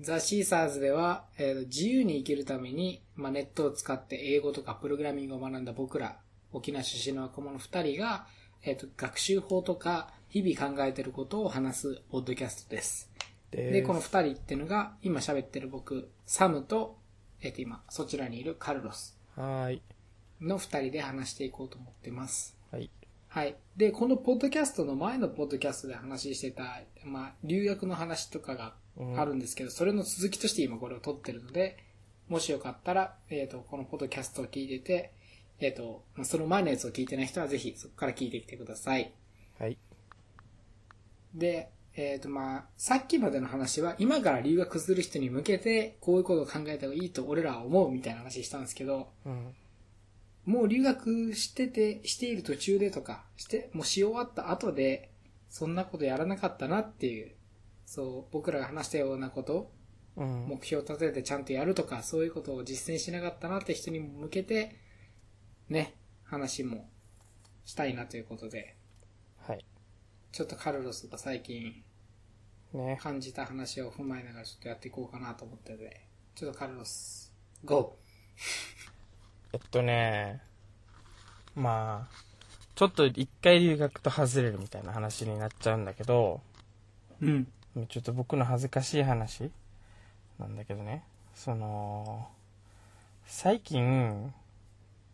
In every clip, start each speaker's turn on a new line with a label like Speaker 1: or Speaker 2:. Speaker 1: ザ・シーサーズでは、えー自由に生きるために、まあ、ネットを使って英語とかプログラミングを学んだ僕ら、沖縄出身の若者2人が、えーと、学習法とか日々考えていることを話すポッドキャストです。
Speaker 2: で
Speaker 1: で、この2人っていうのが、今喋ってる僕、サムと、えっ、と今、そちらにいるカルロス
Speaker 2: はーい。
Speaker 1: の2人で話していこうと思ってます。
Speaker 2: はい。
Speaker 1: はい。で、このポッドキャストの前のポッドキャストで話してた、まあ、留学の話とかが
Speaker 2: うん
Speaker 1: あるんですけど、それの続きとして今これを撮ってるので、もしよかったら、えっ、と、このポッドキャストを聞いてて、えっ、と、まあその前のやつを聞いてない人はぜひそこから聞いてきてください。
Speaker 2: はい。
Speaker 1: で、えっ、とまあ、さっきまでの話は、今から留学する人に向けて、こういうことを考えた方がいいと俺らは思うみたいな話したんですけど、
Speaker 2: うん。
Speaker 1: もう留学してて、している途中でとか、して、もうし終わった後で、そんなことやらなかったなっていう、そう、僕らが話したようなこと、
Speaker 2: うん。
Speaker 1: 目標立ててちゃんとやるとか、そういうことを実践しなかったなって人に向けて、ね、話もしたいなということで、
Speaker 2: はい。
Speaker 1: ちょっとカルロスが最近、
Speaker 2: ね。
Speaker 1: 感じた話を踏まえながらちょっとやっていこうかなと思ってて、ちょっとカルロス、GO!
Speaker 2: えっとね、まあ、ちょっと一回留学と外れるみたいな話になっちゃうんだけど、
Speaker 1: うん。
Speaker 2: ちょっと僕の恥ずかしい話なんだけどね。その、最近、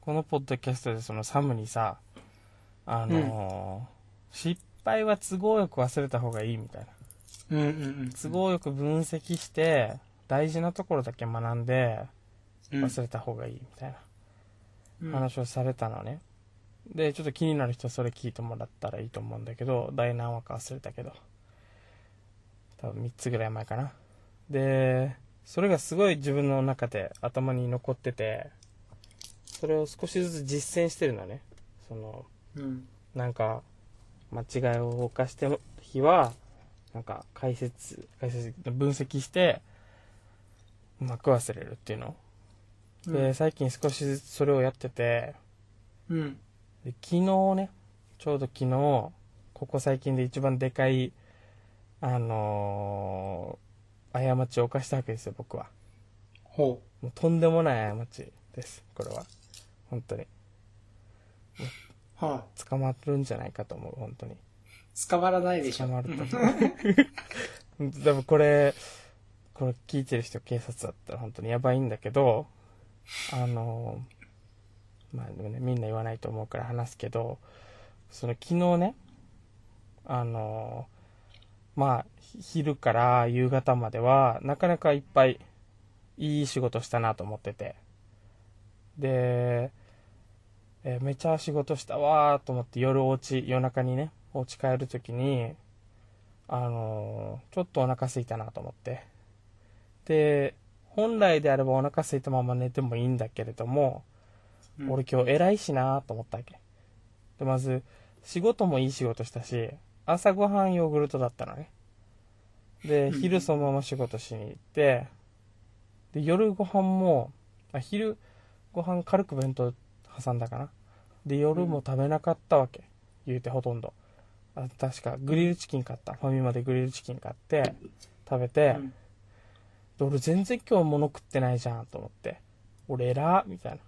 Speaker 2: このポッドキャストでそのサムにさ、あのー失敗は都合よく忘れた方がいいみたいな。
Speaker 1: うんうんうん。
Speaker 2: 都合よく分析して、大事なところだけ学んで、
Speaker 1: うん
Speaker 2: 忘れた方がいいみたい
Speaker 1: うん
Speaker 2: な話をされたのね。で、ちょっと気になる人はそれ聞いてもらったらいいと思うんだけど、第何話か忘れたけど。多分3つぐらい前かな。で、それがすごい自分の中で頭に残ってて、それを少しずつ実践してるのね。その、
Speaker 1: うん。
Speaker 2: なんか、間違いを犯しても日は、なんか解説、解説、分析して、うまく忘れるっていうの。で、最近少しずつそれをやってて、
Speaker 1: うん。
Speaker 2: で昨日ね、ちょうど昨日、ここ最近で一番でかい、あのー過ちを犯したわけですよ、僕は。
Speaker 1: ほ
Speaker 2: もうとんでもない過ちです、これは。本当に。
Speaker 1: う。は
Speaker 2: 捕まるんじゃないかと思う、本当に。
Speaker 1: い。捕まらないでしょ。
Speaker 2: 捕まると思う。 多分これ、これ聞いてる人警察だったら本当にやばいんだけど、あの、まあでもね、みんな言わないと思うから話すけど、その昨日ね、あの、まあ、ひ昼から夕方までは、なかなかいっぱいいい仕事したなと思ってて。で、えーめちゃ仕事したわーと思って夜お家、夜中にね、お家帰るときに、あのーちょっとお腹空いたなと思って。で、本来であればお腹空いたまま寝てもいいんだけれども、
Speaker 1: うん
Speaker 2: 俺今日偉いしなーと思ったわけ。で、まず、仕事もいい仕事したし、朝ごはんヨーグルトだったのね。で、
Speaker 1: うん
Speaker 2: 昼そのまま仕事しに行って、で、夜ご飯も、あ、昼ご飯軽く弁当挟んだかな。で、夜も食べなかったわけ。言うてほとんど。あ確か、グリルチキン買った。ファミマでグリルチキン買って、食べて、
Speaker 1: うん
Speaker 2: で俺全然今日物食ってないじゃんと思って。俺偉っみたいな。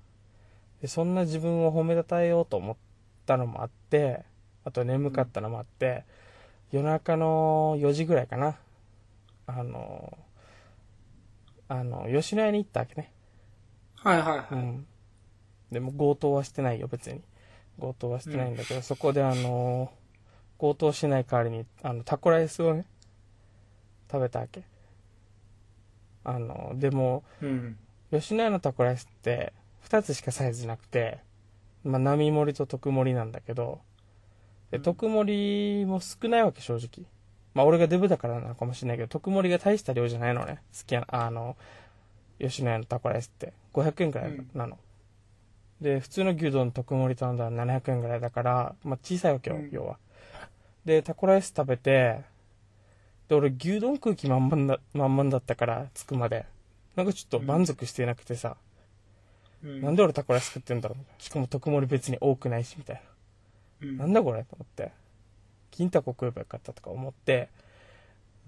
Speaker 2: で、そんな自分を褒めたたえようと思ったのもあって、あと眠かったのもあって、夜中の4時ぐらいかな。あの、あの、吉野家に行ったわけね。
Speaker 1: はいはいうはい。
Speaker 2: ん。でも強盗はしてないよ、別に。強盗はしてないんだけど、そこであのー強盗しない代わりに、あの、タコライスをね、食べたわけ。あのーでも、
Speaker 1: うん。
Speaker 2: 吉野家のタコライスって、2つしかサイズなくて、まあ、並盛りと特盛りなんだけど、で、
Speaker 1: うん
Speaker 2: 特盛りも少ないわけ、正直。まあ、俺がデブだからなのかもしれないけど、特盛りが大した量じゃないのね。好きな、あの、吉野家のタコライスって、500円くらいなの。で、普通の牛丼の特盛り頼んだら700円くらいだから、まあ、小さいわけよ、
Speaker 1: うん
Speaker 2: 要は。で、タコライス食べて、で、俺牛丼空気満々だ、満々だったから、着くまで。なんかちょっと満足してなくてさ、
Speaker 1: うん
Speaker 2: なんで俺タコライス食ってんだろうしかも特盛り別に多くないし、みたいな。
Speaker 1: うん
Speaker 2: なんだこれと思って。金タコ食えばよかったとか思って、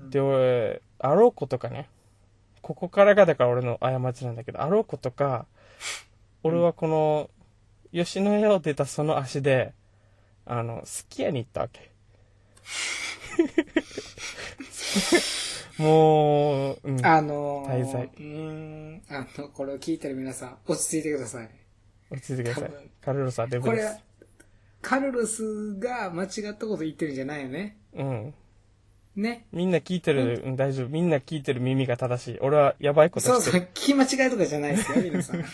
Speaker 1: うん
Speaker 2: で、俺、あろうことかね、ここからがだから俺の過ちなんだけど、あろうことか、俺はこの、吉野家を出たその足で、あの、すき家に行ったわ け。 もう、うん。落
Speaker 1: あのー、
Speaker 2: 滞在
Speaker 1: うーん、あの、これを聞いてる皆さん、落ち着いてください。
Speaker 2: ち着いてください
Speaker 1: 多分。
Speaker 2: カルロスはデブ
Speaker 1: こ
Speaker 2: で
Speaker 1: れ
Speaker 2: す。、
Speaker 1: カルロスが間違ったこと言ってるんじゃないよね。
Speaker 2: うん。
Speaker 1: ね。
Speaker 2: みんな聞いてる、うん、大丈夫。みんな聞いてる耳が正しい。俺はやばいこと
Speaker 1: そう
Speaker 2: して
Speaker 1: そう、
Speaker 2: る。
Speaker 1: 聞き間違いとかじゃないですよ、皆 さん。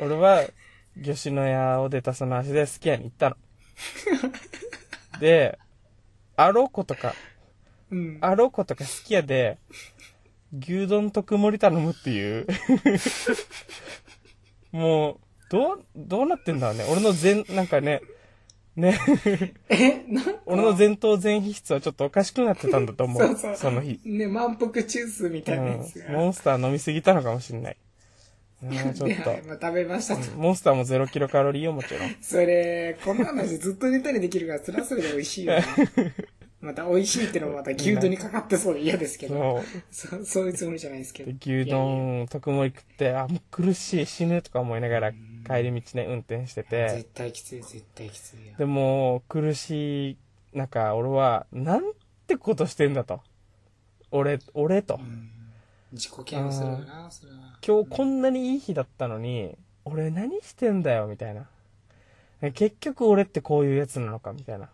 Speaker 2: 俺は、吉野家を出たその足でスき家に行 ったの。で、あろうことか、
Speaker 1: うん。
Speaker 2: あろうことか好きやで、牛丼特盛頼むって いう。もう、どう、どうなってんだろうね。俺の全、なんかね、 ね、
Speaker 1: え、なんか、
Speaker 2: 俺の前頭前皮質はちょっとおかしくなってたんだと思
Speaker 1: そう
Speaker 2: う。
Speaker 1: そ
Speaker 2: そうの日。
Speaker 1: ね、満腹中枢み
Speaker 2: う
Speaker 1: たいなや
Speaker 2: ん
Speaker 1: つ。が。
Speaker 2: モンスター飲みすぎたのかもしんない。うん ちょっ
Speaker 1: ではいまあ、食べましたと。
Speaker 2: と。モンスターも0キロカロリーよ、もちろん。
Speaker 1: それ、こんな話ずっとネタにできるから、それはそれで美味しい よね。また美味しいってのもまた牛丼にかかってそうで嫌ですけど。
Speaker 2: そ
Speaker 1: そ
Speaker 2: う。
Speaker 1: そういうつもりじゃないですけど
Speaker 2: で。牛丼特盛食って、あ、もう苦しい、死ぬとか思いながら帰り道ね、運転してて。
Speaker 1: 絶対きつい、絶対きついよ。
Speaker 2: でも、苦しい中、俺は、なんてことしてんだと。俺、俺と。
Speaker 1: 自己嫌悪するよな、それは。
Speaker 2: 今日こんなにいい日だったのに、俺何してんだよ、みたいな。結局俺ってこういうやつなのか、みたいな。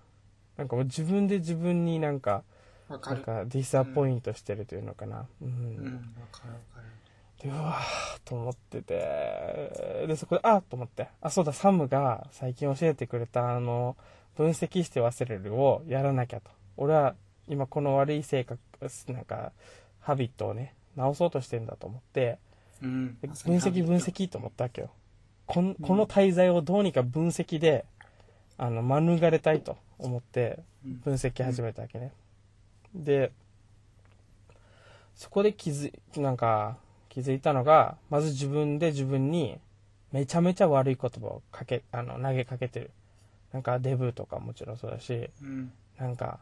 Speaker 2: なんかもう自分で自分になんか、
Speaker 1: わか
Speaker 2: なん
Speaker 1: る。
Speaker 2: かディサポイントしてるというのかな。うん
Speaker 1: うん、わかるわかる。
Speaker 2: でうわーと思ってて、で、そこで、あーと思って、あ、そうだ、サムが最近教えてくれた、あの、分析して忘れるをやらなきゃと。俺は、今この悪い性格、なんか、ハビットをね、直そうとしてんだと思って、
Speaker 1: うん。
Speaker 2: で分析分。析と思ったわけよ。こんこの滞在をどうにか分析で、あの、免れたいと思って、
Speaker 1: うん
Speaker 2: 分析始めたわけね。で、そこで気づい、なんか、気づいたのが、まず自分で自分に、めちゃめちゃ悪い言葉をかけ、あの、投げかけてる。なんか、デブとかもちろんそうだし、
Speaker 1: うん。
Speaker 2: なんか、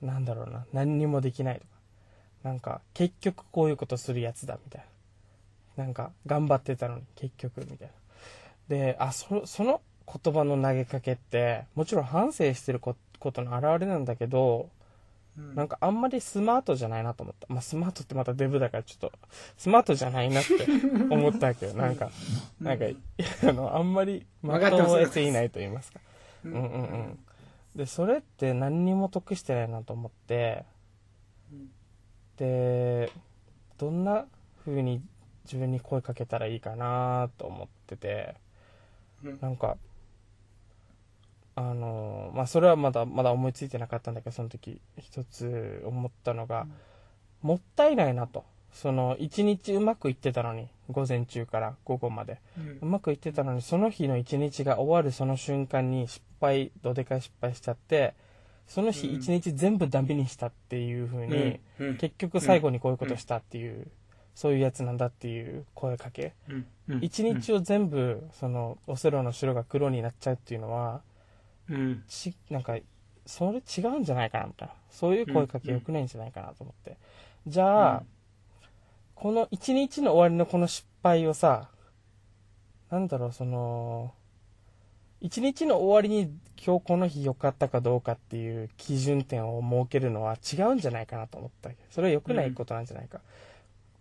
Speaker 2: なんだろうな、何にもできないとか、なんか、結局こういうことするやつだ、みたいな。なんか、頑張ってたのに、結局、みたいな。で、あ、そ、その言葉の投げかけって、もちろん反省してるこことの表れなんだけど、
Speaker 1: うん
Speaker 2: なんかあんまりスマートじゃないなと思った。まあ、スマートってまたデブだからちょっと、スマートじゃないなって思ったけど、なんか、なんか、いやあの、あんまり、ま
Speaker 1: わかって
Speaker 2: と
Speaker 1: ます
Speaker 2: を得ていないと言いますか。
Speaker 1: う
Speaker 2: うんんうんうん。で、それって何にも得してないなと思って、
Speaker 1: うん
Speaker 2: で、どんな風に自分に声かけたらいいかなと思ってて、
Speaker 1: うん
Speaker 2: なんか、あの、まあ、それはまだ、まだ思いついてなかったんだけど、その時、一つ思ったのが、もったいないなと。その、一日うまくいってたのに、午前中から午後まで。
Speaker 1: うん
Speaker 2: うまくいってたのに、その日の一日が終わるその瞬間に失敗、どでかい失敗しちゃって、その日
Speaker 1: うん
Speaker 2: 一日全部ダメにしたっていう風に、
Speaker 1: うんうん
Speaker 2: 結局最後にこういうことしたっていう、そういうやつなんだっていう声かけ。
Speaker 1: うんうん
Speaker 2: 一日を全部、その、オセロの白が黒になっちゃうっていうのは、
Speaker 1: うん。
Speaker 2: ち、なんか、それ違うんじゃないかな、みたいな。そういう声かけ良くないんじゃないかなと思って。じゃあ、この一日の終わりのこの失敗をさ、なんだろう、その、一日の終わりに今日この日良かったかどうかっていう基準点を設けるのは違うんじゃないかなと思ったわけそれは良くないことなんじゃないか。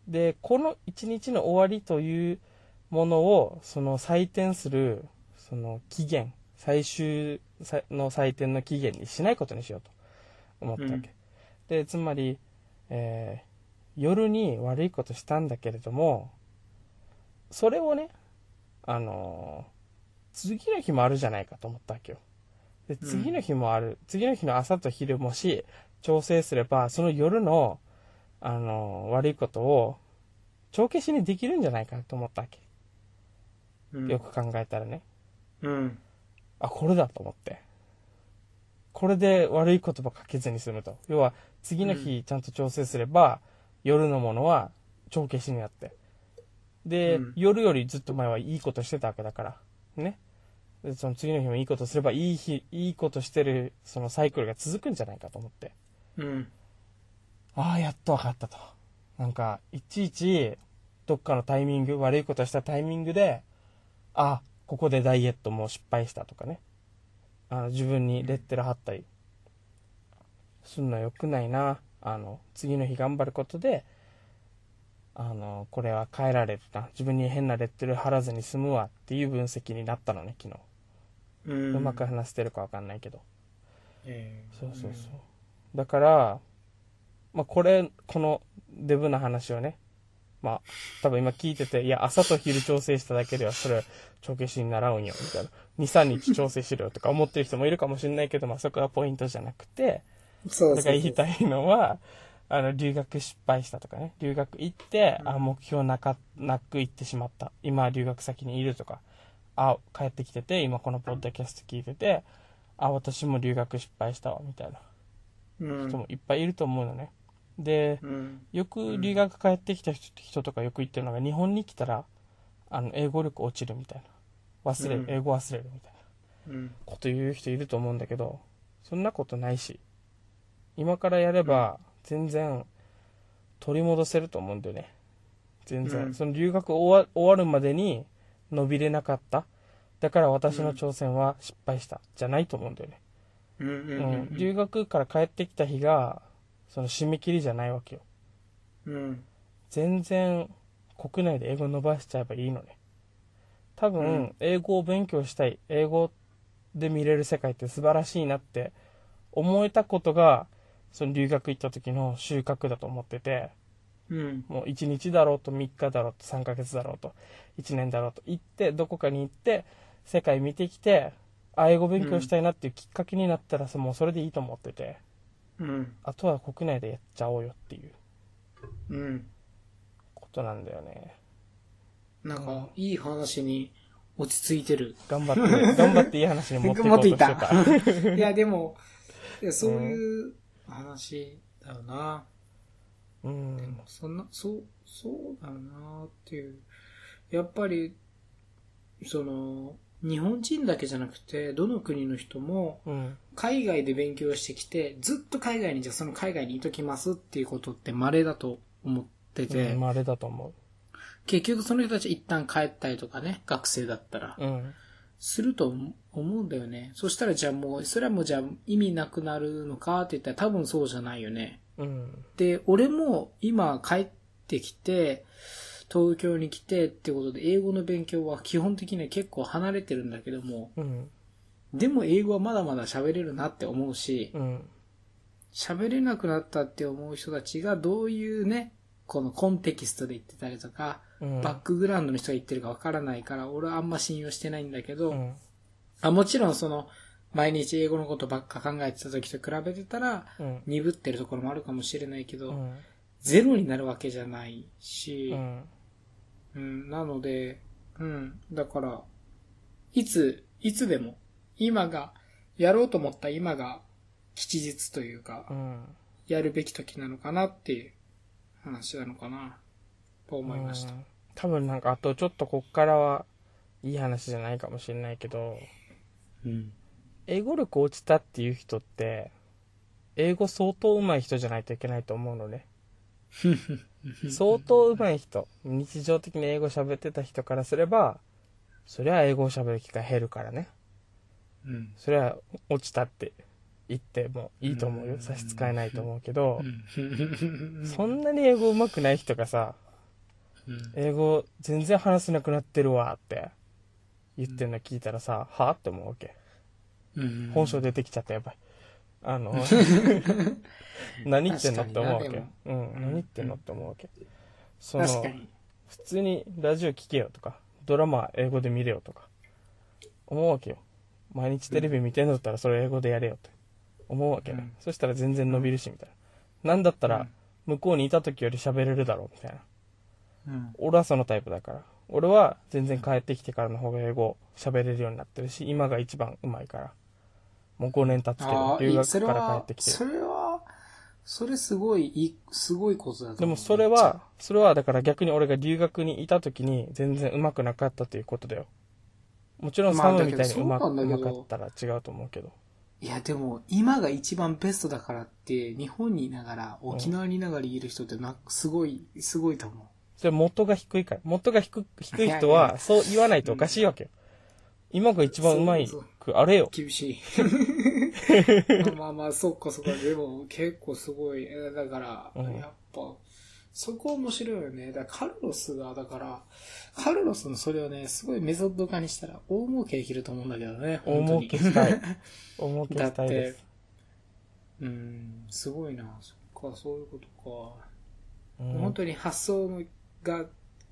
Speaker 2: で、この一日の終わりというものを、その採点する、その期限、最終さの採点の期限にしないことにしようと思ったわけ。
Speaker 1: うん
Speaker 2: で、つまり、えー夜に悪いことしたんだけれども、それをね、あのー次の日もあるじゃないかと思ったわけよ。で、
Speaker 1: うん
Speaker 2: 次の日もある。次の日の朝と昼もし、調整すれば、その夜の、あのー悪いことを、帳消しにできるんじゃないかと思ったわけ。
Speaker 1: うん
Speaker 2: よく考えたらね。
Speaker 1: うん。
Speaker 2: あ、これだと思って。これで悪い言葉かけずに済むと。要は、次の日ちゃんと調整すれば、夜のものは帳消しになって。で、
Speaker 1: うん
Speaker 2: 夜よりずっと前はいいことしてたわけだから。ね。でその次の日もいいことすれば、いい日、いいことしてる、そのサイクルが続くんじゃないかと思って。
Speaker 1: うん。
Speaker 2: ああ、やっと分かったと。なんか、いちいち、どっかのタイミング、悪いことしたタイミングで、あ、ここでダイエットもう失敗したとかね。あの、自分にレッテル貼ったり、すんの良くないな。あの、次の日頑張ることで、あの、これは変えられるな。自分に変なレッテル貼らずに済むわっていう分析になったのね、昨日。
Speaker 1: う
Speaker 2: うまく話してるかわかんないけど。
Speaker 1: えー
Speaker 2: そうそうそう。だから、まあ、これ、このデブな話をね、まあ、多分今聞いてて、いや、朝と昼調整しただけでは、それ、帳消しにならんよ、みたいな。2、3日調整しろよとか思ってる人もいるかもしれないけど、まあ、そこはポイントじゃなくて、
Speaker 1: そう
Speaker 2: だ
Speaker 1: そ
Speaker 2: から
Speaker 1: う
Speaker 2: 言いたいのは、あの、留学失敗したとかね、留学行って、あ、目標なか、なく行ってしまった。今、留学先にいるとか、あ、帰ってきてて、今このポッドキャスト聞いてて、あ、私も留学失敗したわ、みたいな
Speaker 1: うん
Speaker 2: 人もいっぱいいると思うのね。で、
Speaker 1: うん
Speaker 2: よく留学帰ってきた人人とかよく言ってるのが、日本に来たら、あの、英語力落ちるみたいな。忘れる
Speaker 1: う、ん
Speaker 2: 英語忘れるみたいな。
Speaker 1: うん
Speaker 2: こと言う人いると思うんだけど、そんなことないし、今からやれば、全然、取り戻せると思うんだよね。全然。
Speaker 1: うん
Speaker 2: その留学終わ終わるまでに、伸びれなかった。だから私
Speaker 1: う
Speaker 2: の
Speaker 1: ん
Speaker 2: 挑戦は失敗した。じゃないと思うんだよね。
Speaker 1: うんうん
Speaker 2: う。
Speaker 1: うんん
Speaker 2: 留学から帰ってきた日が、その締め切りじゃないわけよ。
Speaker 1: うん
Speaker 2: 全然、国内で英語伸ばしちゃえばいいのね。多分、
Speaker 1: うん
Speaker 2: 英語を勉強したい、英語で見れる世界って素晴らしいなって思えたことが、その留学行った時の収穫だと思ってて、
Speaker 1: うん
Speaker 2: もう1日だろうと3日だろうと3ヶ月だろうと1年だろうと行って、どこかに行って、世界見てきて、あ、英語勉強したいなっていうきっかけになったら、もうそれでいいと思ってて、
Speaker 1: うん
Speaker 2: あとは国内でやっちゃおうよっていう
Speaker 1: うん
Speaker 2: ことなんだよね。
Speaker 1: なんかいい話に落ち着いてる
Speaker 2: 頑張っ て、頑張っていい話に持っていこうとしてた。
Speaker 1: 持ってい たいやでもいやそういう話だよな、
Speaker 2: うん。
Speaker 1: そんな、そう、そうだよなっていう。やっぱり、その、日本人だけじゃなくて、どの国の人も、
Speaker 2: うん。
Speaker 1: 海外で勉強してきて、ずっと海外に、じゃあその海外にいときますっていうことって稀だと思ってて、
Speaker 2: うんまあ、あれだと思
Speaker 1: 結局その人たち一旦帰ったりとかね、学生だったら
Speaker 2: う。、うん。
Speaker 1: すると思うんだよね。そしたらじゃあもう、それはもうじゃあ意味なくなるのかって言ったら多分そうじゃないよね。
Speaker 2: うん。
Speaker 1: で、俺も今帰ってきて、東京に来てってことで、英語の勉強は基本的には結構離れてるんだけども、
Speaker 2: うん。
Speaker 1: でも英語はまだまだ喋れるなって思うし、
Speaker 2: うん。
Speaker 1: 喋れなくなったって思う人たちがどういうね、このコンテキストで言ってたりとか、
Speaker 2: うん。
Speaker 1: バックグラウンドの人が言ってるかわからないから、俺はあんま信用してないんだけど、
Speaker 2: うん。
Speaker 1: あもちろんその、毎日英語のことばっか考えてた時と比べてたら、
Speaker 2: うん。
Speaker 1: 鈍ってるところもあるかもしれないけど、
Speaker 2: うん。
Speaker 1: ゼロになるわけじゃないし、
Speaker 2: う
Speaker 1: うん
Speaker 2: ん。
Speaker 1: なので、うん、だから、いつ、いつでも、今が、やろうと思った今が、吉日というか、
Speaker 2: うん。
Speaker 1: やるべき時なのかなっていう話なのかな、と思いました。
Speaker 2: うん。多分なんか、あとちょっとこっからは、いい話じゃないかもしれないけど、
Speaker 1: うん。
Speaker 2: 英語力落ちたっていう人って、英語相当上手い人じゃないといけないと思うのね。 相当上手い人、日常的に英語喋ってた人からすれば、そりゃ英語を喋る機会減るからね。
Speaker 1: うん。
Speaker 2: それは落ちたって言ってもいいと思う
Speaker 1: う
Speaker 2: よ
Speaker 1: ん
Speaker 2: 差し支えないと思うけど
Speaker 1: うん。
Speaker 2: そんなに英語上手くない人がさ
Speaker 1: うん
Speaker 2: 英語全然話せなくなってるわって言ってるの聞いたらさはあって思うわけ
Speaker 1: うん
Speaker 2: 本性出てきちゃったやばいあ の何言ってんのって思うわけ
Speaker 1: 確か
Speaker 2: うん
Speaker 1: うん
Speaker 2: 何言ってんのって思うわけその
Speaker 1: 確か
Speaker 2: 普
Speaker 1: に。
Speaker 2: 通にラジオ聞けよとかドラマ英語で見れよとか思うわけよ毎日テレビ見てんだったらそれ英語でやれよって思うわけね、
Speaker 1: うん
Speaker 2: そしたら全然伸びるしみたいななんだった
Speaker 1: う
Speaker 2: ら
Speaker 1: ん
Speaker 2: 向こうにいた時より喋れるだろうみたいな
Speaker 1: うん。
Speaker 2: 俺はそのタイプだから俺は全然帰ってきてからの方が英語喋れるようになってるし今が一番うまいからもう5年経つけ
Speaker 1: あ
Speaker 2: ど
Speaker 1: あ
Speaker 2: 留
Speaker 1: い
Speaker 2: 学から帰ってきて
Speaker 1: それは、それは、それすごい、いいすごいことだと
Speaker 2: で
Speaker 1: 思う
Speaker 2: もそれは、それはだから逆に俺が留学にいた時に全然うまくなかったということだよ。もちろん
Speaker 1: まあ
Speaker 2: サムみたいにうま,、
Speaker 1: だけどそうなんだけど
Speaker 2: かったら違うと思うけど。
Speaker 1: いや、でも、今が一番ベストだからって、日本にいながら、沖縄にいながらいる人ってな、すごい、すごいと思う。
Speaker 2: それ元が低いから。元が低く低い人
Speaker 1: いやい
Speaker 2: は、
Speaker 1: や
Speaker 2: そう言わないとおかしいわけよ。今が一番うまい
Speaker 1: そう
Speaker 2: く、あれよ。
Speaker 1: 厳しい。 まあまあまあ、そっかそっか。でも、結構すごい。えだから、
Speaker 2: うん
Speaker 1: やっぱ、そこ面白いよね。だからカルロスが、だから、カルロスのそれをね、すごいメソッド化にしたら、大儲けできると思うんだけどね。
Speaker 2: 大
Speaker 1: 本当
Speaker 2: 儲
Speaker 1: に
Speaker 2: けし たい。大儲け
Speaker 1: だ
Speaker 2: し
Speaker 1: った
Speaker 2: いで
Speaker 1: て
Speaker 2: す。、
Speaker 1: うん、すごいな。そっか、そういうことか。
Speaker 2: うん
Speaker 1: 本当に発想のが、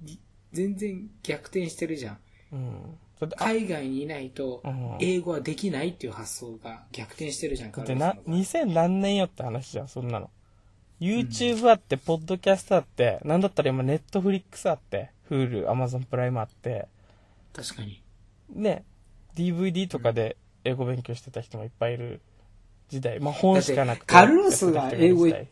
Speaker 1: ぎ全然逆転してるじゃん。
Speaker 2: うん。それで、あ
Speaker 1: 海外にいないと
Speaker 2: う、ん
Speaker 1: 英語はできないっていう発想が逆転してるじゃん、
Speaker 2: だ
Speaker 1: カ
Speaker 2: っ
Speaker 1: ルロ
Speaker 2: て
Speaker 1: スの場
Speaker 2: な
Speaker 1: 合、
Speaker 2: 2000何年よって話じゃん、そんなの。YouTube あって、ポッドキャストあって、なんだったら今 Netflix あって、Hulu、Amazon プライムあって、
Speaker 1: 確かに。
Speaker 2: ね、DVD とかで英語勉強してた人もいっぱいいる時代。まあ本しかなくて。
Speaker 1: カルロス
Speaker 2: やっ
Speaker 1: が
Speaker 2: てた人い
Speaker 1: 英
Speaker 2: る
Speaker 1: 語
Speaker 2: 時
Speaker 1: い
Speaker 2: 代、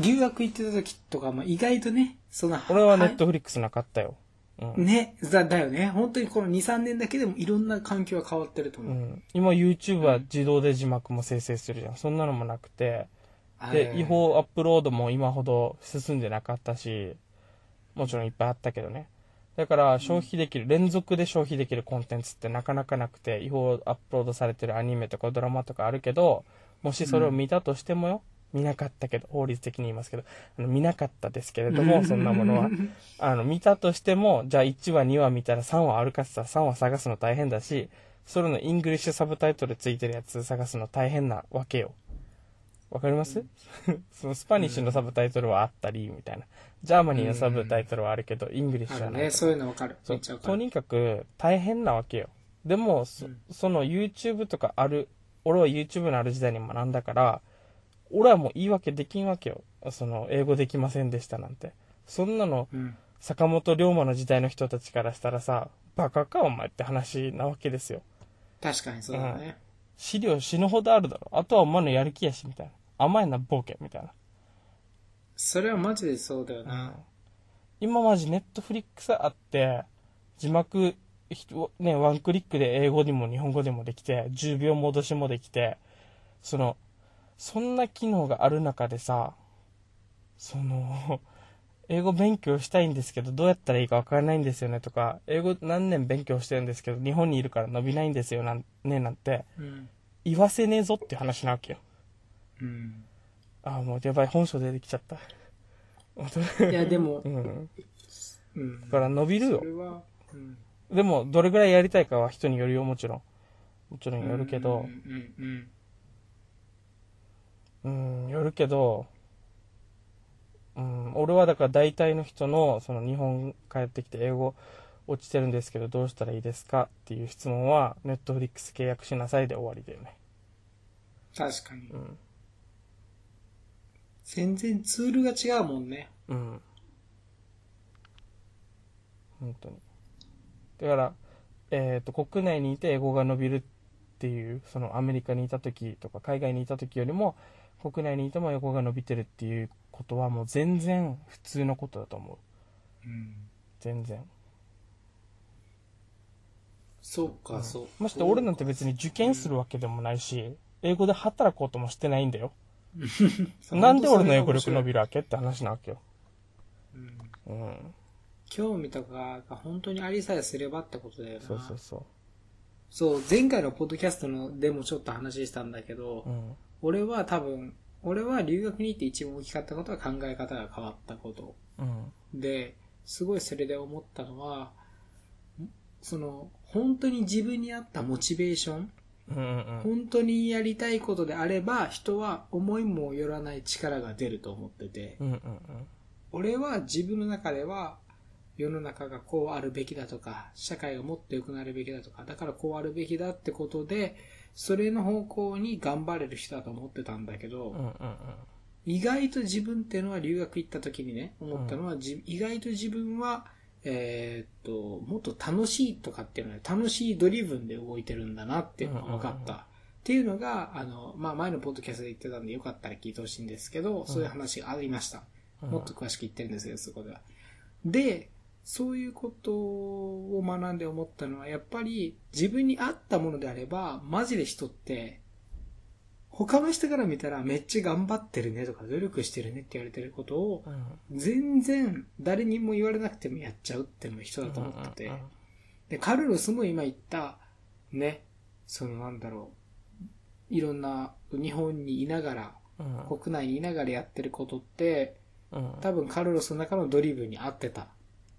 Speaker 1: 留学行ってた時とか、まあ、意外とね、その、
Speaker 2: 俺は
Speaker 1: ネ
Speaker 2: ネ
Speaker 1: ッ
Speaker 2: ットフリックスなかったよ。うん。
Speaker 1: ね、だだよね。本当にこの2、3年だけでもいろんな環境が変わってると
Speaker 2: う
Speaker 1: 思う。
Speaker 2: ん、今 YouTube は自動で字幕も生成するじゃん。そんなのもなくて。
Speaker 1: はい
Speaker 2: で、違法アップロードも今ほど進んでなかったし、もちろんいっぱいあったけどね。だから消費できる、連続で消費できるコンテンツってなかなかなくて、違法アップロードされてるアニメとかドラマとかあるけど、もしそれを見たとしてもよ、見なかったけど、法律的に言いますけど、あの見なかったですけれども、そんなものは。あの、見たとしても、じゃあ1話2話見たら3話あるかって言ったら3話探すの大変だし、それのイングリッシュサブタイトルついてるやつ探すの大変なわけよ。わかります、 そのスパニッシュのサブタイトルはあったり、みたいな。ジャーマニーのサブタイトルはあるけど、イングリッシ
Speaker 1: あ
Speaker 2: ュは
Speaker 1: る
Speaker 2: ない
Speaker 1: ね、
Speaker 2: とか。
Speaker 1: そういうのわかる。
Speaker 2: そ
Speaker 1: め
Speaker 2: う
Speaker 1: っちゃわ
Speaker 2: と
Speaker 1: かる。
Speaker 2: にかく大変なわけよ。でも、そ
Speaker 1: うん
Speaker 2: その YouTube とかある、俺は YouTube のある時代に学んだから、俺はもう言い訳できんわけよ。その、英語できませんでしたなんて。そんなの、
Speaker 1: うん。
Speaker 2: 坂本龍馬の時代の人たちからしたらさ、バカかお前って話なわけですよ。
Speaker 1: 確かにそうだね。
Speaker 2: 資料死ぬほどあるだろ。あとはお前のやる気やし、みたいな。甘いな、ボケ、みたいな。
Speaker 1: それはマジでそうだよな。
Speaker 2: 今マジネットフリックスあって、字幕、ひね、ワンクリックで英語にも日本語でもできて、10秒戻しもできて、その、そんな機能がある中でさ、その、英語勉強したいんですけど、どうやったらいいかわからないんですよねとか、英語何年勉強してるんですけど、日本にいるから伸びないんですよなんね、なんて、
Speaker 1: うん。
Speaker 2: 言わせねえぞっていう話なわけよ。
Speaker 1: うん。
Speaker 2: ああ、もうやばい、本性出てきちゃった。
Speaker 1: いや、でも
Speaker 2: う、ん。
Speaker 1: うん。
Speaker 2: だから伸びるよ
Speaker 1: そ。れは、うん。
Speaker 2: でも、どれぐらいやりたいかは人によるよ、もちろん。もちろんよるけ
Speaker 1: う
Speaker 2: ど、
Speaker 1: んうんうん。
Speaker 2: うん、よるけど、うん、俺はだから大体の人の、その日本帰ってきて英語落ちてるんですけど、どうしたらいいですかっていう質問は、ネットフリックス契約しなさいで終わりだよね。
Speaker 1: 確かに
Speaker 2: う。ん。
Speaker 1: 全然ツールが違うもんね。
Speaker 2: うん。本当に。だから、えっ、と、国内にいて英語が伸びるっていう、そのアメリカにいた時とか海外にいた時よりも、国内にいても英語が伸びてるっていうことはもう全然普通のことだと思う。
Speaker 1: うん。
Speaker 2: 全然。
Speaker 1: そうか、そう。
Speaker 2: まして俺なんて別に受験するわけでもないし、英語で働こうともしてないんだよ。
Speaker 1: そう
Speaker 2: なんで俺の英語力伸びるわけって話なわけよ。
Speaker 1: うん
Speaker 2: うん。
Speaker 1: 興味とかが本当にありさえすればってことだよな。
Speaker 2: そうそうそ
Speaker 1: そう前回のポッドキャストのでもちょっと話したんだけど、
Speaker 2: う。うん。
Speaker 1: 俺は多分、俺は留学に行って一番大きかったことは考え方が変わったこと。
Speaker 2: うん。
Speaker 1: で、すごいそれで思ったのは、んその、本当に自分に合ったモチベーション、
Speaker 2: うんうんうん。
Speaker 1: 本当にやりたいことであれば、人は思いもよらない力が出ると思ってて、
Speaker 2: うんうんうん。
Speaker 1: 俺は自分の中では世の中がこうあるべきだとか社会がもっと良くなるべきだとかだからこうあるべきだってことでそれの方向に頑張れる人だと思ってたんだけど、
Speaker 2: うんうんうん。
Speaker 1: 意外と自分っていうのは留学行った時にね思ったのは、じ意外と自分はえーっともっと楽しいとかっていうのは楽しいドリブンで動いてるんだなっていうのが分かった、
Speaker 2: うんうんうん
Speaker 1: っていうのがあの、まあ、前のポッドキャストで言ってたんでよかったら聞いてほしいんですけど、そういう話がありました、もっと詳しく言ってるんですよ、そこでは。で、そういうことを学んで思ったのは、やっぱり自分に合ったものであれば、マジで人って他の人から見たらめっちゃ頑張ってるねとか努力してるねって言われてることを
Speaker 2: うん
Speaker 1: 全然誰にも言われなくてもやっちゃうっていうの人だと思ってて。
Speaker 2: うん
Speaker 1: で、カルロスも今言った、ね、そのなんだろう、いろんな日本にいながら、
Speaker 2: うんうん
Speaker 1: 国内にいながらやってることって、
Speaker 2: うん
Speaker 1: 多分カルロスの中のドリブルに合ってた。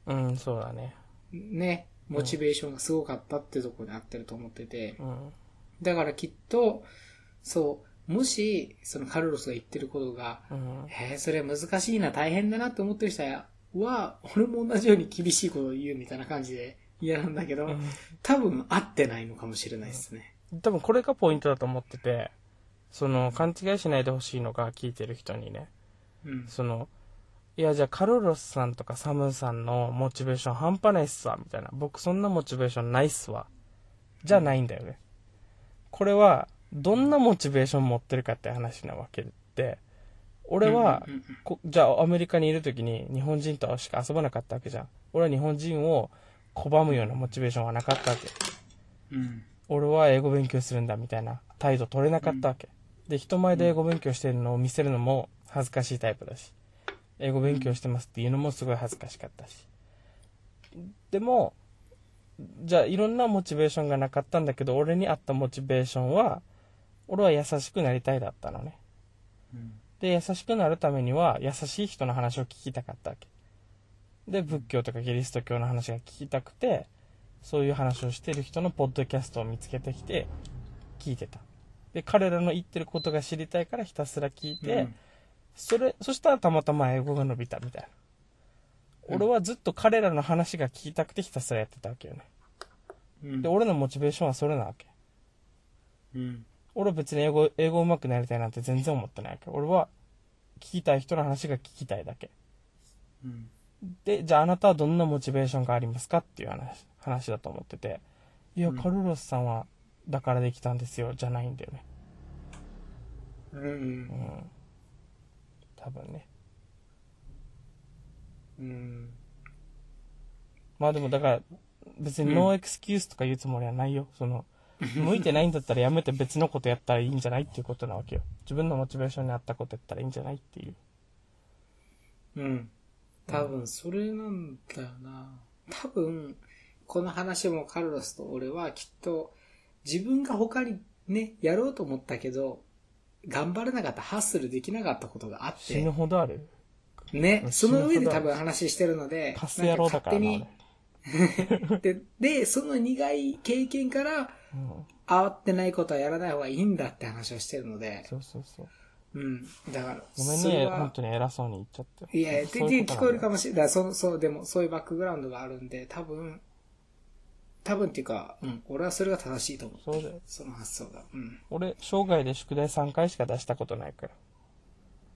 Speaker 2: うんそうだね
Speaker 1: ね、モチベーションがすごかったってとこに合ってると思ってて。
Speaker 2: うん
Speaker 1: だからきっと、そう、もし、そのカルロスが言ってることが、
Speaker 2: うん
Speaker 1: へえ、それ難しいな、大変だなって思ってる人は、俺も同じように厳しいことを言うみたいな感じで嫌なんだけど、多分合ってないのかもしれないですね。
Speaker 2: 多分これがポイントだと思っててその勘違いしないでほしいのが聞いてる人にね
Speaker 1: うん。
Speaker 2: そのいやじゃあカルロスさんとかサムさんのモチベーション半端ないっすわみたいな僕そんなモチベーションないっすわじゃないんだよねこれはどんなモチベーション持ってるかって話なわけで俺は
Speaker 1: うんうん
Speaker 2: こじゃあアメリカにいる時に日本人としか遊ばなかったわけじゃん俺は日本人を拒むようなモチベーションはなかったわけ
Speaker 1: うん、うん。
Speaker 2: 俺は英語勉強するんだみたいな態度取れなかったわけ、で人前で英語勉強してるのを見せるのも恥ずかしいタイプだし英語勉強してますっていうのもすごい恥ずかしかったしでもじゃあいろんなモチベーションがなかったんだけど俺に合ったモチベーションは俺は優しくなりたいだったのね
Speaker 1: うん
Speaker 2: で優しくなるためには優しい人の話を聞きたかったわけで仏教とかキリスト教の話が聞きたくてそういう話をしてる人のポッドキャストを見つけてきて聞いてたで彼らの言ってることが知りたいからひたすら聞いて、
Speaker 1: うん
Speaker 2: それそしたらたまたま英語が伸びたみたいな俺はずっと彼らの話が聞きたくてひたすらやってたわけよね
Speaker 1: うん
Speaker 2: で俺のモチベーションはそれなわけ
Speaker 1: うん
Speaker 2: 俺は別に英語、英語上手くなりたいなんて全然思ってないわけ俺は聞きたい人の話が聞きたいだけ。
Speaker 1: うん
Speaker 2: で、じゃああなたはどんなモチベーションがありますかっていう話、話だと思ってて。いや、
Speaker 1: うん
Speaker 2: カルロスさんは、だからできたんですよ、じゃないんだよね。
Speaker 1: うんう
Speaker 2: うんん。多分ね。
Speaker 1: うん
Speaker 2: まあでもだから、別に
Speaker 1: うん
Speaker 2: ノーエクスキュースとか言うつもりはないよ。その、向いてないんだったらやめて別のことやったらいいんじゃないっていうことなわけよ。自分のモチベーションに合ったことやったらいいんじゃないっていう。
Speaker 1: うん多分それなんだよな多分この話もカルロスと俺はきっと自分が他にねやろうと思ったけど頑張れなかったハッスルできなかったことがあっ
Speaker 2: 死ぬ
Speaker 1: て
Speaker 2: ほどある。
Speaker 1: ね
Speaker 2: うん
Speaker 1: その上
Speaker 2: 死ぬ
Speaker 1: で
Speaker 2: ほど
Speaker 1: 多分話してるので
Speaker 2: カス野郎だからな、
Speaker 1: なん
Speaker 2: 俺
Speaker 1: か。勝手に ででその苦い経験から
Speaker 2: うん。
Speaker 1: 慌ってないことはやらない方がいいんだって話をしてるので
Speaker 2: そうそうそう。
Speaker 1: うんだから
Speaker 2: ごめん
Speaker 1: それ
Speaker 2: ね、
Speaker 1: は
Speaker 2: 本当に偉そうに言っちゃって。
Speaker 1: いや、
Speaker 2: そ
Speaker 1: て
Speaker 2: う
Speaker 1: て
Speaker 2: いう
Speaker 1: 聞
Speaker 2: と
Speaker 1: こえ
Speaker 2: な
Speaker 1: る
Speaker 2: んだよ
Speaker 1: かもしれない。そう、そう、でも、そういうバックグラウンドがあるんで、多分、多分っていうか、うん、俺はそれが正しいと思う。
Speaker 2: そうだよ。
Speaker 1: その発想が。うん。
Speaker 2: 俺、生涯で宿題3回しか出したことないから。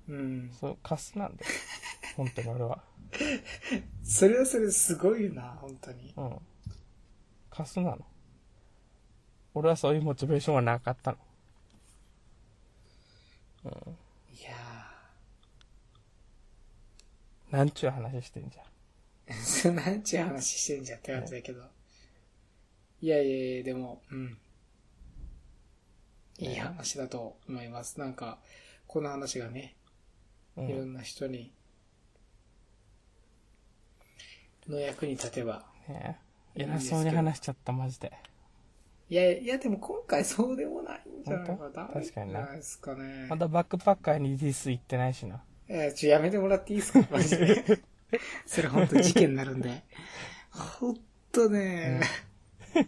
Speaker 1: うん。
Speaker 2: そう、カスなんだよ。本当に俺は。
Speaker 1: それはそれすごいな、本当に。
Speaker 2: うん。カスなの。俺はそういうモチベーションはなかったの。
Speaker 1: いや
Speaker 2: なんちゅう話してんじ
Speaker 1: ー、 そんなんちゅう話してんじゃんって感じだけど。いやいやいや、でも、うん。いい話だと思います。なんか、この話がね、
Speaker 2: ゃん。
Speaker 1: いろ
Speaker 2: うん。
Speaker 1: んな人に、の役に立てば、
Speaker 2: ね
Speaker 1: いいんで
Speaker 2: 偉
Speaker 1: すけど
Speaker 2: そうに話しちゃった、マジで。
Speaker 1: いや、いや、でも今回そうでもないんじゃないか
Speaker 2: 本当
Speaker 1: な。
Speaker 2: 確かにな
Speaker 1: ないですかね。
Speaker 2: まだバックパッカーにディス行ってないしな。
Speaker 1: えーちょ、やめてもらっていいですかマジで。 それ本当事件になるんで。ほんとね、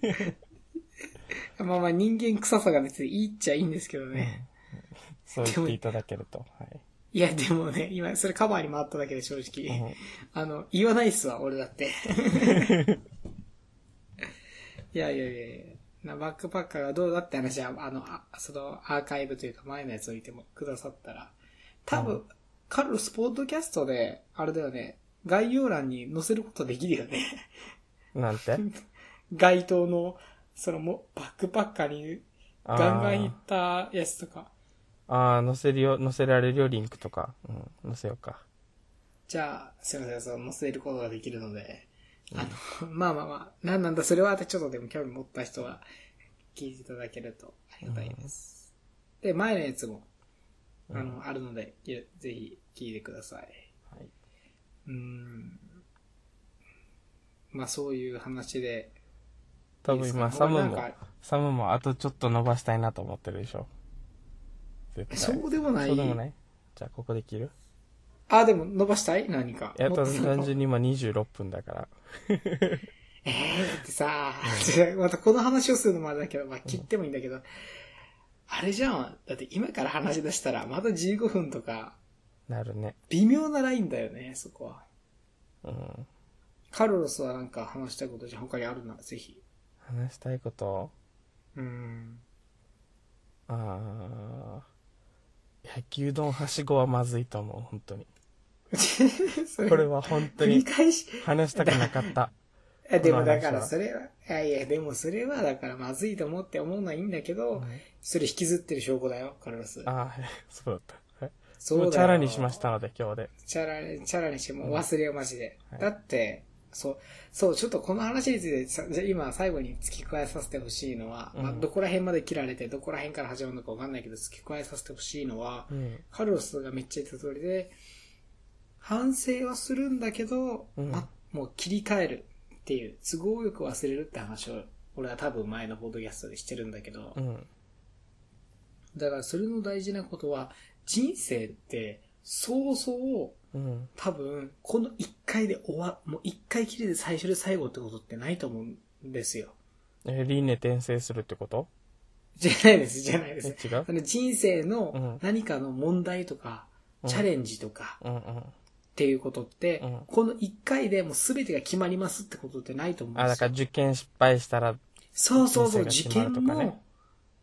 Speaker 1: まあまあ人間臭さが別にいいっちゃいいんですけどね。
Speaker 2: そう言っていただけると。はい。
Speaker 1: いや、でもね、今、それカバーに回っただけで正直。
Speaker 2: うん
Speaker 1: あの、言わないっすわ、俺だって。 いやいやいやいやなバックパッカーがどうだって話は、あの、あそのアーカイブというか前のやつを見てもくださったら、多分、
Speaker 2: うん
Speaker 1: カルロスポッドキャストで、あれだよね、概要欄に載せることできるよね。
Speaker 2: なんて
Speaker 1: 街頭の、そのも、バックパッカーに
Speaker 2: あ
Speaker 1: ガンガン
Speaker 2: ー
Speaker 1: 行ったやつとか、
Speaker 2: あー、載せるよ、載せられるよ、リンクとか。うん、載せようか。
Speaker 1: じゃあ、すいません、その載せることができるので、あの、 まあまあまあ、何なんだそれはってちょっとでも興味持った人は聞いていただけるとありがたいです。で、前のやつも、あ
Speaker 2: う
Speaker 1: の、あるので、いやぜひ聞いてください。
Speaker 2: はい。
Speaker 1: うーん。まあ、そういう話で。
Speaker 2: 多分今、
Speaker 1: いいですか
Speaker 2: サム
Speaker 1: もう
Speaker 2: も
Speaker 1: なん、か
Speaker 2: サムもあとちょっと伸ばしたいなと思ってるでしょ。絶対。
Speaker 1: そうでもない。
Speaker 2: そうでもないじゃあ、ここで切る
Speaker 1: あ、でも伸ばしたい何か。
Speaker 2: いや、
Speaker 1: もっと
Speaker 2: 単純に今26分だから。
Speaker 1: えー、だってさ、違うまたこの話をするのもあれだけど、まあ、切ってもいいんだけど、あれじゃん。だって今から話し出したら、また15分とか、
Speaker 2: なるね。
Speaker 1: 微妙なラインだよね、そこは。
Speaker 2: うん。
Speaker 1: カルロスはなんか話したいことじゃ他にあるなら、ぜひ。
Speaker 2: 話したいこと、
Speaker 1: うん。
Speaker 2: あー、焼きうどんはしごはまずいと思う、本当に。
Speaker 1: そ
Speaker 2: これは本当
Speaker 1: 繰り
Speaker 2: に
Speaker 1: 返し、
Speaker 2: 話したくなか った。
Speaker 1: えでも
Speaker 2: この話は
Speaker 1: だからそれは、いやいや、でもそれはだからまずいと思って思うのはいいんだけど、それ引きずってる証拠だよ、カルロス。
Speaker 2: あー、そうだった。はい
Speaker 1: そうだ
Speaker 2: も
Speaker 1: よ。
Speaker 2: うチャラにしまし。たので、今日で。
Speaker 1: チャラに、チャラにしてもう忘れよう、マジで。
Speaker 2: はい
Speaker 1: だって、そう、そう、ちょっとこの話についてさ、じゃあ今最後に付け加えさせてほしいのは、まあ、
Speaker 2: うん
Speaker 1: どこら辺まで切られて、どこら辺から始まるのかわかんないけど、付け加えさせてほしいのは、
Speaker 2: うん。
Speaker 1: カルロスがめっちゃ言った通りで、反省はするんだけど、
Speaker 2: うん
Speaker 1: あ、もう切り替えるっていう、都合よく忘れるって話を、俺は多分前のポッドキャストでしてるんだけど、
Speaker 2: うん。
Speaker 1: だからそれの大事なことは、人生って、そうそう、
Speaker 2: うん。
Speaker 1: 多分、この一回で終わ、もう一回きりで最初で最後ってことってないと思うんですよ。
Speaker 2: え、輪廻転生するってこと
Speaker 1: じゃないです、じゃないで
Speaker 2: え
Speaker 1: す。
Speaker 2: 違う
Speaker 1: あの人生
Speaker 2: う
Speaker 1: の
Speaker 2: ん
Speaker 1: 何かの問題とか、
Speaker 2: うん
Speaker 1: チャレンジとか、
Speaker 2: うんうん。
Speaker 1: っていうことって、
Speaker 2: うん
Speaker 1: この一回でもう全てが決まりますってことってないと思うん
Speaker 2: あ、
Speaker 1: で
Speaker 2: だ
Speaker 1: すよ
Speaker 2: から。受験失敗したら、
Speaker 1: そうそうそう、受
Speaker 2: 人生が
Speaker 1: 験
Speaker 2: 決まると
Speaker 1: も
Speaker 2: かね、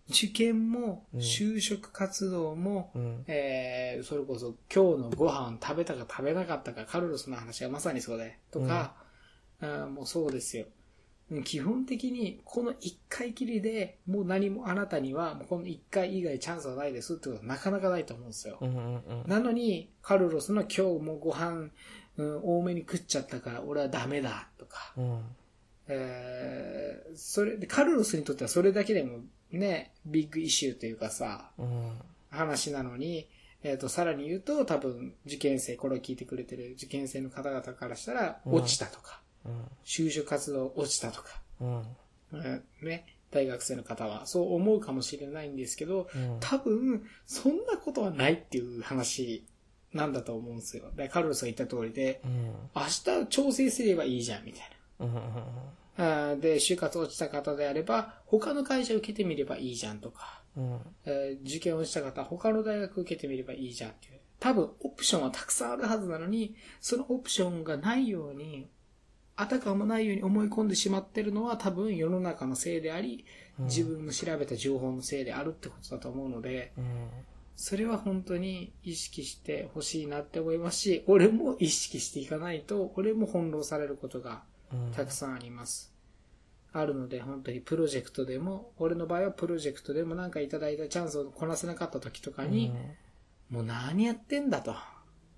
Speaker 1: 受験も、
Speaker 2: うん
Speaker 1: 就職活動も、
Speaker 2: うん。
Speaker 1: えーそれこそ今日のご飯食べたか食べなかったか、カルロスの話がまさにそうで、とか、あーもうそうですよ。うん基本的に、この一回きりで、もう何もあなたには、もうこの一回以外チャンスはないですってことはなかなかないと思うんですよ。
Speaker 2: うんうんうん。
Speaker 1: なのに、カルロスの今日もご飯、うん、多めに食っちゃったから俺はダメだとか、
Speaker 2: うん。
Speaker 1: えーそれで、カルロスにとってはそれだけでもね、ビッグイシューというかさ、
Speaker 2: うん。
Speaker 1: 話なのに、えっ、と、さらに言うと多分受験生、これを聞いてくれてる受験生の方々からしたら、
Speaker 2: うん
Speaker 1: 落ちたとか、
Speaker 2: うん。
Speaker 1: 就職活動落ちたとか、
Speaker 2: うん。
Speaker 1: うんね、大学生の方はそう思うかもしれないんですけど、
Speaker 2: うん。
Speaker 1: 多分、そんなことはないっていう話なんだと思うんですよ。でカルロスが言った通りで、
Speaker 2: うん。
Speaker 1: 明日調整すればいいじゃん、みたいな。
Speaker 2: うん。
Speaker 1: あーで、就活落ちた方であれば、他の会社受けてみればいいじゃんとか、
Speaker 2: うん。
Speaker 1: えー受験落ちた方、他の大学受けてみればいいじゃんっていう。多分、オプションはたくさんあるはずなのに、そのオプションがないように、あたかもないように思い込んでしまってるのは多分世の中のせいであり、
Speaker 2: うん
Speaker 1: 自分の調べた情報のせいであるってことだと思うので、
Speaker 2: うん。
Speaker 1: それは本当に意識してほしいなって思いますし、俺も意識していかないと、俺も翻弄されることが
Speaker 2: うん。
Speaker 1: たくさんあります。あるので、本当にプロジェクトでも、俺の場合はプロジェクトでもなんかいただいたチャンスをこなせなかった時とかに、もう何やってんだと。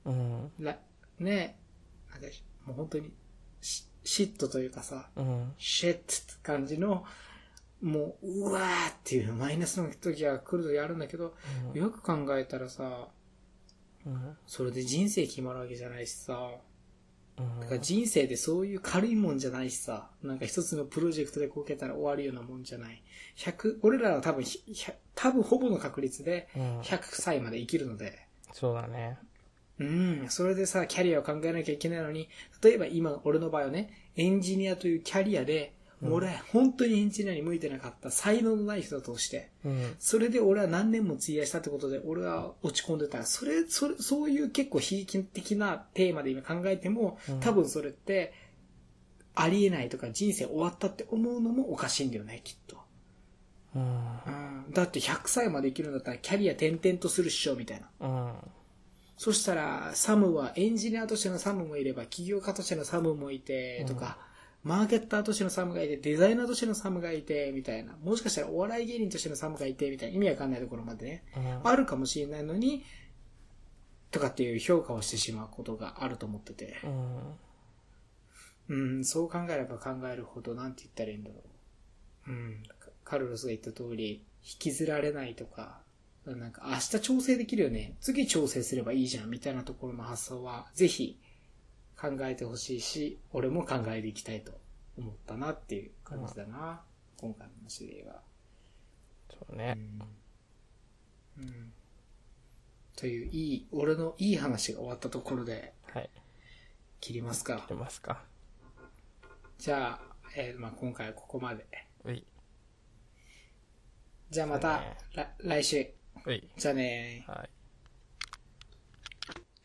Speaker 2: うん。
Speaker 1: らねえ、なんかもう本当にし、嫉妬というかさ、
Speaker 2: うん。
Speaker 1: シェットって感じの、もう、うわーっていうマイナスの時が来る時あるんだけど、よく考えたらさ、
Speaker 2: うん。
Speaker 1: それで人生決まるわけじゃないしさ、
Speaker 2: うん
Speaker 1: だから人生でそういう軽いもんじゃないしさ、なんか一つのプロジェクトでこけたら終わるようなもんじゃない。100、俺らは多分ひ、100多分ほぼの確率で
Speaker 2: うん。
Speaker 1: 100歳まで生きるので、
Speaker 2: そうだね。
Speaker 1: うん、それでさ、キャリアを考えなきゃいけないのに、例えば今、俺の場合はね、エンジニアというキャリアで、
Speaker 2: うん
Speaker 1: 俺、本当にエンジニアに向いてなかった、才能のない人だとして、
Speaker 2: うん。
Speaker 1: それで俺は何年も費やしたってことで、俺は落ち込んでた。それ、それ、そういう結構悲劇的なテーマで今考えても
Speaker 2: うん、
Speaker 1: 多分それって、ありえないとか人生終わったって思うのもおかしいんだよね、きっと。
Speaker 2: うん。
Speaker 1: うん。だって100歳まで生きるんだったらキャリア転々とするっしょ、みたいな。
Speaker 2: うん。
Speaker 1: そしたら、サムはエンジニアとしてのサムもいれば、起業家としてのサムもいて、とか、マーケッターとしてのサムがいて、デザイナーとしてのサムがいて、みたいな。もしかしたらお笑い芸人としてのサムがいて、みたいな。意味わかんないところまでね。
Speaker 2: うん。
Speaker 1: あるかもしれないのに、とかっていう評価をしてしまうことがあると思ってて。
Speaker 2: うん。
Speaker 1: うん、そう考えれば考えるほど、なんて言ったらいいんだろう。うん、カルロスが言った通り、引きずられないとか、だからなんか明日調整できるよね。次調整すればいいじゃんみたいなところの発想は、ぜひ考えてほしいし、俺も考えていきたいと思ったなっていう感じだな。今回の話で言えば。
Speaker 2: そうね。
Speaker 1: うんうんという、いい、俺のいい話が終わったところで
Speaker 2: はい。
Speaker 1: 切りますか
Speaker 2: 出。ますか。
Speaker 1: じゃあ、えーまあ、今回はここまで。
Speaker 2: うい。
Speaker 1: じゃあまた、
Speaker 2: そうね
Speaker 1: ら来週。
Speaker 2: うい。
Speaker 1: じゃあねー。
Speaker 2: はい。